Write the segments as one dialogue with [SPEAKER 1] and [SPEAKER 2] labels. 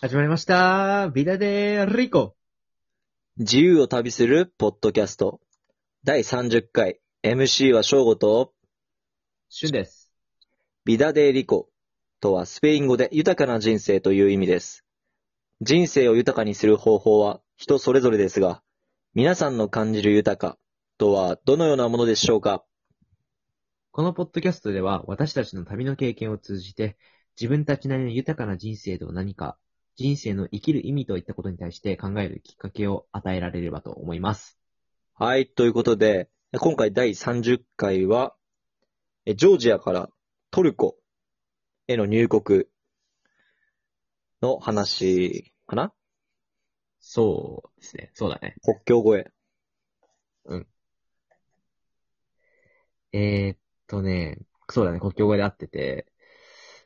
[SPEAKER 1] 始まりました。ビダデリコ。
[SPEAKER 2] 自由を旅するポッドキャスト。第30回、MC は正吾と、
[SPEAKER 1] シュンです。
[SPEAKER 2] ビダデリコとはスペイン語で豊かな人生という意味です。人生を豊かにする方法は人それぞれですが、皆さんの感じる豊かとはどのようなものでしょうか
[SPEAKER 1] このポッドキャストでは私たちの旅の経験を通じて自分たちなりの豊かな人生とは何か、人生の生きる意味といったことに対して考えるきっかけを与えられればと思います。
[SPEAKER 2] はい、ということで、今回第30回は、えジョージアからトルコへの入国の話かな
[SPEAKER 1] そうですね。そうだね。
[SPEAKER 2] 国境越え。
[SPEAKER 1] えー、っとね、そうだね。国境越えで会ってて。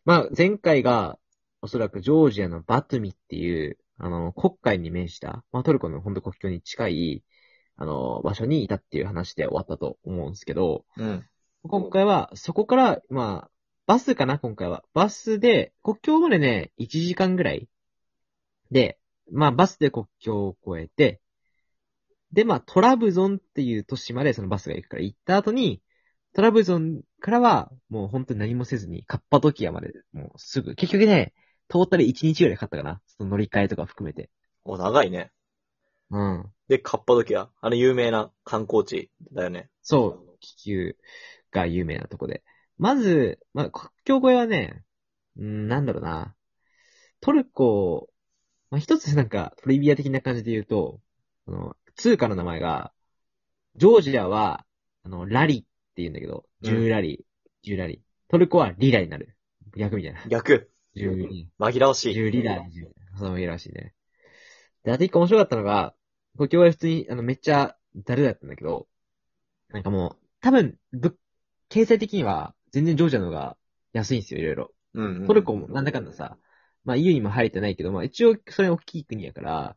[SPEAKER 1] まあ、前回がおそらくジョージアのバトミっていう、あの、国海に面した、まあ、トルコの本当国境に近い、あの、場所にいたっていう話で終わったと思うんですけど、
[SPEAKER 2] うん。
[SPEAKER 1] 今回は、そこから、まあ、バスかな、今回は。バスで、国境までね、1時間ぐらい。で、まあ、バスで国境を越えて、で、まあ、トラブゾンっていう都市までそのバスが行くから行った後に、トラブゾンからは、もう本当に何もせずに、カッパドキアまで、もうすぐ。結局ね、トータル1日ぐらいかかったかな。その乗り換えとか含めて。
[SPEAKER 2] もう長いね。
[SPEAKER 1] うん。
[SPEAKER 2] で、カッパドキア。あの有名な観光地だよね。
[SPEAKER 1] そう、気球が有名なとこで。まず、まあ、国境越えはね、うんなんだろうな。トルコ、まあ、一つなんかトリビア的な感じで言うと、あの、通貨の名前が、ジョージアは、あの、ラリって言うんだけど、
[SPEAKER 2] うん
[SPEAKER 1] 10ラリ、10ラリ。トルコはリラになる。逆みたいな。
[SPEAKER 2] 逆。
[SPEAKER 1] 10リ
[SPEAKER 2] 紛らわしい。
[SPEAKER 1] 10リラー20。その上らしいね。で、あと一個面白かったのが、国境は普通に、あの、めっちゃ、だるだったんだけど、なんかもう、多分、ぶ、経済的には、全然ジョージアの方が安いんですよ、いろいろ。
[SPEAKER 2] うん、うん。
[SPEAKER 1] トルコもなんだかんださ、まあ EU にも入れてないけど、まあ一応それ大きい国やから、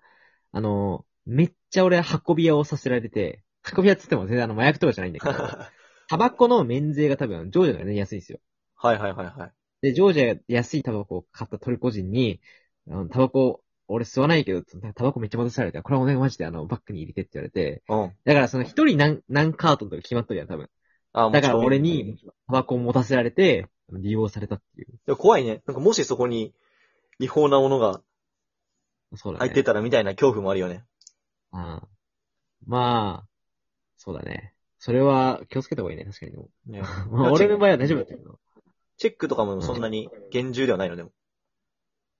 [SPEAKER 1] あの、めっちゃ俺運び屋をさせられて、運び屋って言っても全然あの麻薬とかじゃないんだけ ど、
[SPEAKER 2] は
[SPEAKER 1] タバコの免税が多分ジョージアの方がね安いんですよ。
[SPEAKER 2] いはいはいはい。
[SPEAKER 1] で、ジョージアが安いタバコを買ったトルコ人に、あのタバコ、俺吸わないけど、タバコめっちゃ戻されて、これお願いマジであの、バッグに入れてって言われて、
[SPEAKER 2] うん。
[SPEAKER 1] だからその一人何、何カートンとか決まっとるやん、多分。
[SPEAKER 2] あ
[SPEAKER 1] だから俺。に、タバコを持たせられて、利用されたっていう。
[SPEAKER 2] でも怖いね。なんかもしそこに、違法なものが
[SPEAKER 1] そうだね。
[SPEAKER 2] 入ってたらみたいな恐怖もあるよね。
[SPEAKER 1] うん。まあ、そうだね。それは気をつけた方がいいね、確かにでも。
[SPEAKER 2] ね
[SPEAKER 1] まあ、俺の場合は大丈夫だったけど。
[SPEAKER 2] チェックとかもそんなに厳重ではないのでも。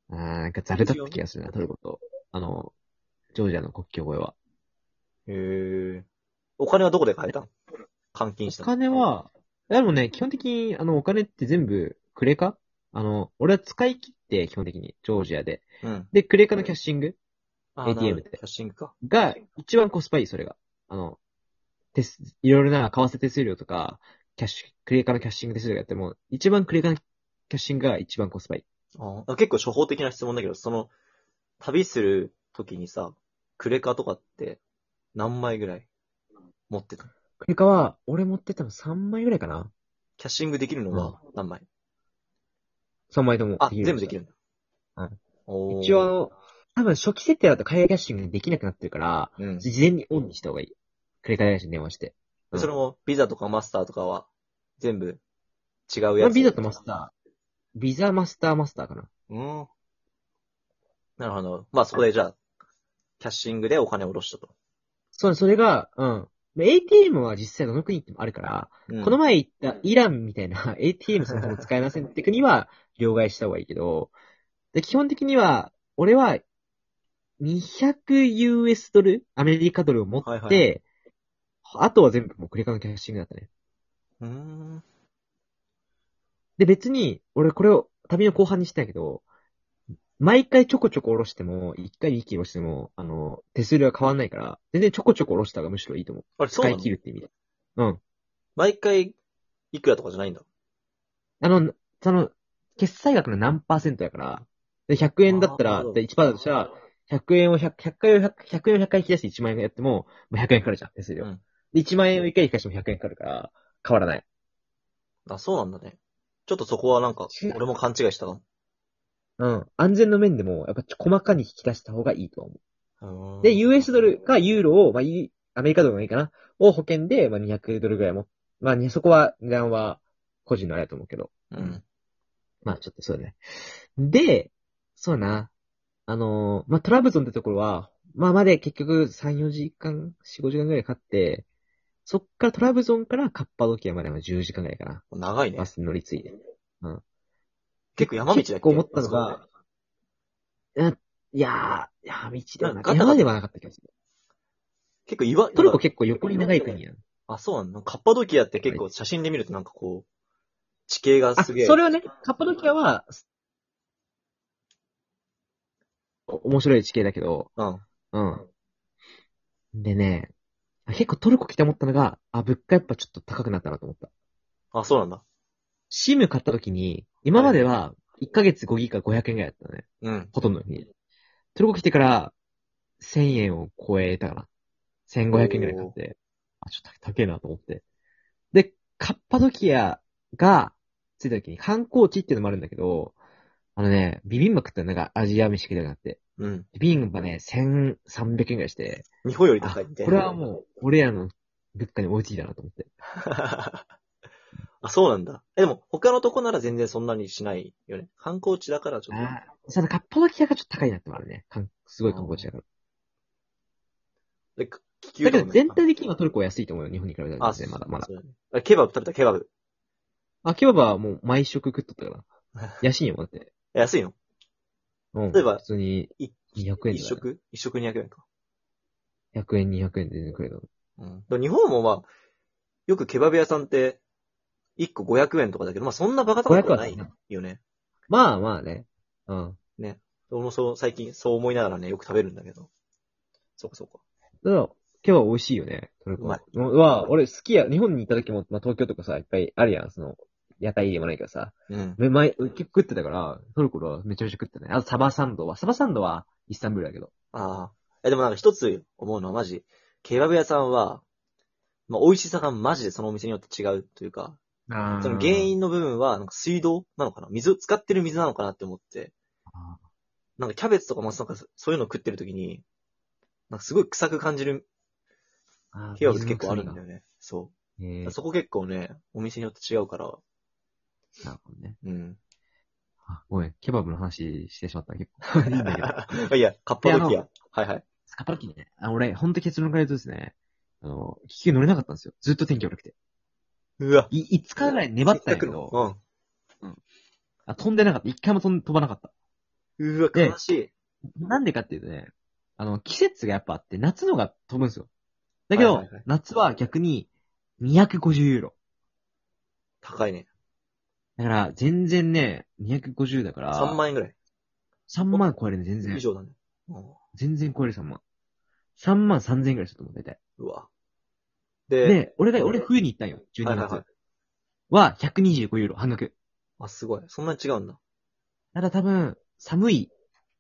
[SPEAKER 1] あーなんかザルだった気がするな、トルコと。あの、ジョージアの国境越えは。
[SPEAKER 2] へえ。お金はどこで買えたの換金した
[SPEAKER 1] お
[SPEAKER 2] の
[SPEAKER 1] 金は、でもね、基本的に、あの、お金って全部、クレカあの、俺は使い切って、基本的に、ジョージアで。
[SPEAKER 2] うん。
[SPEAKER 1] で、クレカのキャッシング
[SPEAKER 2] あ
[SPEAKER 1] ATM
[SPEAKER 2] なるほどキャッシングか。
[SPEAKER 1] が、一番コスパいい、それが。あの、手数いろいろな、為替手数料とか、キャッシュ、クレカのキャッシング手数料やっても、一番クレカのキャッシングが一番コスパいい。
[SPEAKER 2] あー結構初歩的な質問だけど、その、旅するときにさ、クレカとかって何枚ぐらい持ってたの
[SPEAKER 1] クレカは、俺持ってったの3枚ぐらいかな
[SPEAKER 2] キャッシングできるのは何枚
[SPEAKER 1] ?3 枚とも。
[SPEAKER 2] あ、全部でき
[SPEAKER 1] る。
[SPEAKER 2] るんだ。
[SPEAKER 1] うん
[SPEAKER 2] おー
[SPEAKER 1] 一応あ、の、多分初期設定だと海外キャッシングできなくなってるから、
[SPEAKER 2] うん。
[SPEAKER 1] 事前にオンにした方がいい。クレカ会社に電話して。うん
[SPEAKER 2] それも、ビザとかマスターとかは、全部違う
[SPEAKER 1] ま
[SPEAKER 2] や
[SPEAKER 1] あ、
[SPEAKER 2] つ。
[SPEAKER 1] ビザとマスター。ビザマスターマスターかな。
[SPEAKER 2] うん。なるほど。まあそこでじゃあ、キャッシングでお金を下ろしたと。
[SPEAKER 1] そう、それが、うん。まあ ATM は実際どの国行ってもあるから、
[SPEAKER 2] うん
[SPEAKER 1] この前行ったイランみたいな ATM そもそも使えませんって国は、両替した方がいいけど、で、基本的には、俺は、200US ドルアメリカドルを持って、
[SPEAKER 2] はいは
[SPEAKER 1] あとは全部もうクレカのキャッシングだったね。
[SPEAKER 2] うーん。
[SPEAKER 1] で、別に、俺これを旅の後半にしたんやけど、毎回ちょこちょこ下ろしても、一回一気に下ろしても、あの、手数料は変わんないから、全然ちょこちょこ下ろした方がむしろいいと思う。
[SPEAKER 2] あれ、そう
[SPEAKER 1] 使
[SPEAKER 2] ないの
[SPEAKER 1] 切るって意味で。うん。
[SPEAKER 2] 毎回、いくらとかじゃないんだ。
[SPEAKER 1] あの、その、決済額の何パーセントやから、で、100円だった
[SPEAKER 2] あ
[SPEAKER 1] ら、
[SPEAKER 2] ー
[SPEAKER 1] で1%だとしたら、100円を100、100回を100、100円を100回引き出して1万円やっても、まあ100円かかるじゃん、手数料。
[SPEAKER 2] うん
[SPEAKER 1] で、1万円を1回引き出しても100円かかるから、変わらない。
[SPEAKER 2] あ、そうなんだね。ちょっとそこはなんか
[SPEAKER 1] 違う、
[SPEAKER 2] 俺も勘違いしたな。
[SPEAKER 1] うん。安全の面でも、やっぱちょ細かに引き出した方がいいと思
[SPEAKER 2] うん
[SPEAKER 1] う。で、US ドルかユーロを、まあ、いアメリカドルがいいかなを保険で、まあ、200ドルぐらいも。まあ、にそこは、値段は、個人のあれだと思うけど。
[SPEAKER 2] うん。
[SPEAKER 1] まあ、ちょっとそうだね。で、そうだな。あのーまあ、トラブゾンってところは、まあ、まで結局3、4時間、4、5時間ぐらいかかって、そっからトラブゾンからカッパドキアまでは10時間ぐらいかな。
[SPEAKER 2] 長いね
[SPEAKER 1] バ。スに乗り継いで。
[SPEAKER 2] 結構山道だっけ
[SPEAKER 1] 結構思ったのが
[SPEAKER 2] あそこ
[SPEAKER 1] いやー、山道ではなか
[SPEAKER 2] ガタガタ
[SPEAKER 1] 山ではなかった気がする。
[SPEAKER 2] 結構岩、
[SPEAKER 1] トルコ結構横に長い国やん。
[SPEAKER 2] あ、そうなのカッパドキアって結構写真で見るとなんかこう、地形が
[SPEAKER 1] あ、
[SPEAKER 2] すげえ。
[SPEAKER 1] それはね、カッパドキアは、お面白い地形だけど、
[SPEAKER 2] うん。
[SPEAKER 1] うん。でね、結構トルコ来て思ったのが、あ、物価やっぱちょっと高くなったなと思った。
[SPEAKER 2] あ、そうなんだ。
[SPEAKER 1] シム買った時に、今までは1ヶ月5ギガ500円ぐらいだったのね。
[SPEAKER 2] うん。
[SPEAKER 1] ほとんどの日。トルコ来てから1000円を超えたかな。1500円ぐらい買って。あ、ちょっと高えなと思って。で、カッパドキアが着いた時に観光地っていうのもあるんだけど、あのね、ビビンバ食ったのがアジア飯食いたくなって。
[SPEAKER 2] うん。
[SPEAKER 1] ビビンバね、1300円ぐらいして、
[SPEAKER 2] 日本より
[SPEAKER 1] あ
[SPEAKER 2] 高いみたいな。
[SPEAKER 1] これはもう、俺らの物価に追いついたなと思って。
[SPEAKER 2] あ、そうなんだ。え、でも、他のとこなら全然そんなにしないよね。観光地だからちょっと。
[SPEAKER 1] ああ、そのカッパドキアがちょっと高いなってのもあるね。かんすごい観光地だから。
[SPEAKER 2] で、気球
[SPEAKER 1] だけ
[SPEAKER 2] とか
[SPEAKER 1] ど
[SPEAKER 2] も
[SPEAKER 1] 全体的にはトルコは安いと思うよ、日本に比べたら
[SPEAKER 2] あ、
[SPEAKER 1] 全然まだ
[SPEAKER 2] そう
[SPEAKER 1] まだ。
[SPEAKER 2] そうだねあケバブ食べた、ケバブ。
[SPEAKER 1] あ、ケバブはもう毎食食っとったから。 安いよ、だって。
[SPEAKER 2] 安いの
[SPEAKER 1] うん。
[SPEAKER 2] 例えば
[SPEAKER 1] 普通に
[SPEAKER 2] い
[SPEAKER 1] 200円
[SPEAKER 2] 一
[SPEAKER 1] とか
[SPEAKER 2] 食一食200円か。
[SPEAKER 1] だ。100円、200円で全然食えるの。
[SPEAKER 2] うん。でも日本もまあ、よくケバブ屋さんって、1個500円とかだけど、まあそんなバカ高くはない
[SPEAKER 1] 500は
[SPEAKER 2] よね。
[SPEAKER 1] まあまあね。うん。
[SPEAKER 2] 俺もそう、最近そう思いながらね、よく食べるんだけど。そうかそうか。
[SPEAKER 1] ただ、ケバブ美味しいよね、トルコは。うわ、俺好きや、日本に行った時も、まあ東京とかさ、いっぱいあるやん、その、屋台でもないけどさ。
[SPEAKER 2] うん。
[SPEAKER 1] め、前、結構食ってたから、トルコはめちゃめちゃ食ってたね。あとサバサンドは、サバサンドはイスタンブールだけど。
[SPEAKER 2] ああ。え、でもなんか一つ思うのはマジ、ケバブ屋さんは、まあ美味しさがマジでそのお店によって違うというか、
[SPEAKER 1] あ
[SPEAKER 2] その原因の部分は、なんか水道なのかな水、使ってる水なのかなって思って
[SPEAKER 1] あ。
[SPEAKER 2] なんかキャベツとかもなんかそういうの食ってる時に、なんかすごい臭く感じるケバブって結構あるんだよね。そう。
[SPEAKER 1] ね。
[SPEAKER 2] そこ結構ね、お店によって違うから、
[SPEAKER 1] なるほどね。
[SPEAKER 2] うん。
[SPEAKER 1] あ、ごめん、ケバブの話してしまった結構。いいんだけど。
[SPEAKER 2] いや、カッパドキ
[SPEAKER 1] で
[SPEAKER 2] ア。はいはい。
[SPEAKER 1] カッパドキアね。あ、俺、ほんと結論から言うとですね、あの、気球乗れなかったんですよ。ずっと天気悪くて。
[SPEAKER 2] うわ。
[SPEAKER 1] い、5日ぐらい粘ったんやけど、
[SPEAKER 2] ど。
[SPEAKER 1] あ飛んでなかった。一回も飛ん飛ばなかった。
[SPEAKER 2] うん。うわ、
[SPEAKER 1] で
[SPEAKER 2] 悲しい。
[SPEAKER 1] なんでかっていうとね、あの、季節がやっぱあって、夏のが飛ぶんですよ。だけど、
[SPEAKER 2] はいはいはい
[SPEAKER 1] 夏は逆に250ユーロ。
[SPEAKER 2] 高いね。
[SPEAKER 1] だから、全然ね、250だから、
[SPEAKER 2] 3万円ぐらい。
[SPEAKER 1] 3万超えるね、全然
[SPEAKER 2] 以。上だね。うん
[SPEAKER 1] 全然超える3万。3万3000円ぐらいすると思う、大体。
[SPEAKER 2] うわ。で、
[SPEAKER 1] で、俺が、俺冬に行ったんよ、12月。は
[SPEAKER 2] は
[SPEAKER 1] い
[SPEAKER 2] はいはい
[SPEAKER 1] 125ユーロ、半額。
[SPEAKER 2] あ、すごい。そんなに違うんだ。
[SPEAKER 1] ただ多分、寒い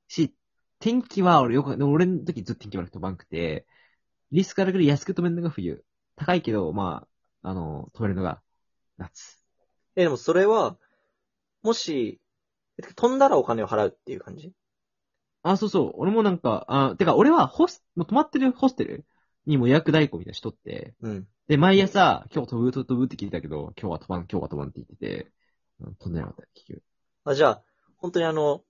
[SPEAKER 1] し、天気は俺よく、でも俺の時ずっと天気悪くて飛ばんくて、リスクあるくらい安く飛べるのが冬。高いけど、まあ、あの、飛べるのが夏。
[SPEAKER 2] え、でもそれは、もし、飛んだらお金を払うっていう感じ
[SPEAKER 1] あ、そうそう。俺もなんか、あ、てか俺はホス、もう泊まってるホステルにも予約代行みたいなしとって、
[SPEAKER 2] うん。
[SPEAKER 1] で、毎朝、今日飛ぶ、飛ぶ飛ぶって聞いたけど、今日は飛ばん、今日は飛ばんって言ってて、うん飛んでなかった、結局。
[SPEAKER 2] あ、じゃあ、本当にあの、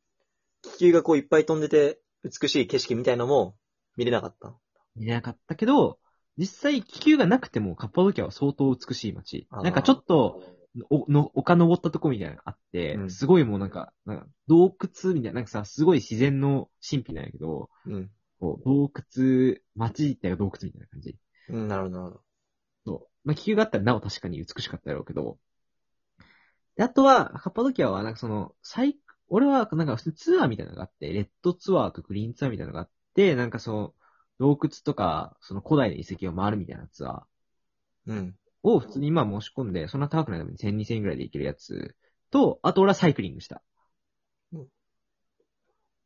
[SPEAKER 2] 気球がこういっぱい飛んでて、美しい景色みたいのも見れなかった。
[SPEAKER 1] 見れなかったけど、実際気球がなくてもカッパドキアは相当美しい街。
[SPEAKER 2] あー
[SPEAKER 1] なんかちょっと、お、の、丘登ったとこみたいなのあって、
[SPEAKER 2] うん
[SPEAKER 1] すごいもうなんか、なんか洞窟みたいな、なんかさ、すごい自然の神秘なんやけど、
[SPEAKER 2] うん。
[SPEAKER 1] こう、洞窟、街自体が洞窟みたいな感じ。
[SPEAKER 2] うん、なるほど、なるほ
[SPEAKER 1] そう。まあ、気球があったらなお確かに美しかったやろうけど。で、あとは、カッパドキアは、なんかその、最、俺は、なんか普通にツアーみたいなのがあって、レッドツアーとグリーンツアーみたいなのがあって、なんかその、洞窟とか、その古代の遺跡を回るみたいなツアー。
[SPEAKER 2] ど。うん。
[SPEAKER 1] を普通に今申し込んで、そんな高くないために1000、2000円ぐらいでいけるやつと、あと俺はサイクリングした。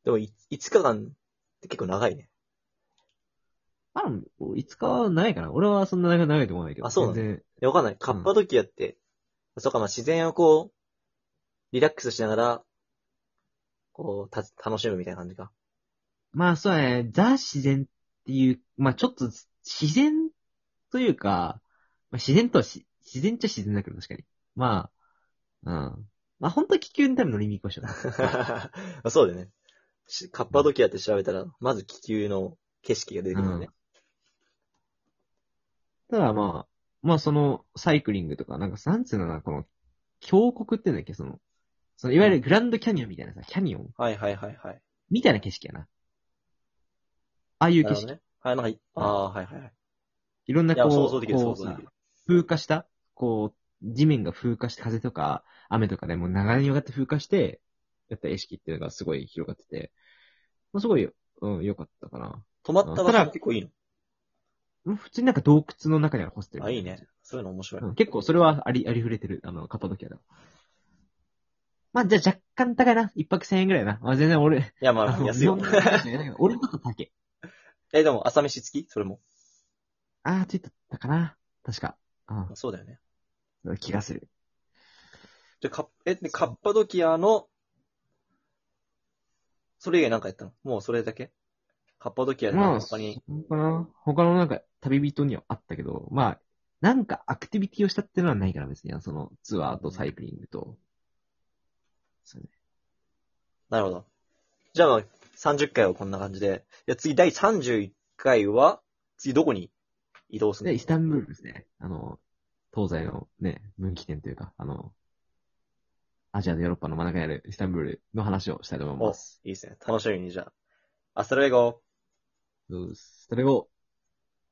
[SPEAKER 2] でもい、5日間って結構長いね。
[SPEAKER 1] あの、いつかはないかな。俺はそんな長いと思わないけど。
[SPEAKER 2] あそうなの
[SPEAKER 1] 全然。
[SPEAKER 2] いやわかんない。カッパドキアって、そうか、まあ自然をこう、リラックスしながら、こう、た、楽しむみたいな感じ か。
[SPEAKER 1] まあそうだね、ザ自然っていう、まあちょっと自然というか、まあ自然とはし、自然っちゃ自然だけど確かに。まあ、うん。まあ本当は気球のための乗りに行こうしよう。
[SPEAKER 2] そうだよね。しカッパドキアって調べたら、まず気球の景色が出てくるのね。
[SPEAKER 1] ただまあ、まあそのサイクリングとか、なんかなんつうのかな、この、峡谷って言うんだっけ、その、そのいわゆるグランドキャニオンみたいなさ、キャニオン
[SPEAKER 2] はいはいはいはい。
[SPEAKER 1] みたいな景色やな。ああいう
[SPEAKER 2] な
[SPEAKER 1] 景
[SPEAKER 2] るほ
[SPEAKER 1] 色。
[SPEAKER 2] どね。はい、なんか、ああー、はいはいはい。
[SPEAKER 1] いろんない
[SPEAKER 2] や、
[SPEAKER 1] こう、
[SPEAKER 2] 想像できる、
[SPEAKER 1] こ
[SPEAKER 2] 想
[SPEAKER 1] う
[SPEAKER 2] 像できる
[SPEAKER 1] さ。風化した、こう、地面が風化して、風とか雨とかでもう長年にわたって風化して、やった意識っていうのがすごい広がってて、まあ、すごい、うん、良かったかな。
[SPEAKER 2] 止まった場
[SPEAKER 1] た
[SPEAKER 2] 所
[SPEAKER 1] だ
[SPEAKER 2] 結構いい
[SPEAKER 1] もう普通になんか洞窟の中にあるホステル。
[SPEAKER 2] の。あ、いいね。そういうの面白い。
[SPEAKER 1] うん。結構それはあり、ありふれてる、あの、カッパドキアだ。まあ、じゃあ若干高いな。一泊千円ぐらいな。まあ、全然俺、
[SPEAKER 2] いや、まあ、安いよ
[SPEAKER 1] 日。本の話じゃないけど俺のこと高い。
[SPEAKER 2] え、でも、朝飯付きそれも。
[SPEAKER 1] ああ、ついてたかな。確か。う
[SPEAKER 2] そうだよね。
[SPEAKER 1] ん。気がする。
[SPEAKER 2] じゃあ、カッ、え、でカッパドキアの、それ以外なんかやったのもうそれだけカッパドキアで
[SPEAKER 1] ま
[SPEAKER 2] なん
[SPEAKER 1] あ、
[SPEAKER 2] か他に、
[SPEAKER 1] そうかな。他のなんか旅人にはあったけど、まあ、なんかアクティビティをしたっていうのはないから別に、そのツアーとサイクリングと。そうね。
[SPEAKER 2] なるほど。じゃあまあ、30回はこんな感じで。じゃあ次、第31回は、次どこに移動する
[SPEAKER 1] で、
[SPEAKER 2] の
[SPEAKER 1] イスタンブールですね。あの、東西のね、分岐点というか、あの、アジアとヨーロッパの真ん中にあるイスタンブールの話をしたいと思い
[SPEAKER 2] お、い
[SPEAKER 1] ます。
[SPEAKER 2] いですね。楽しみに、じゃあ。アストラレゴ
[SPEAKER 1] そうですそれを、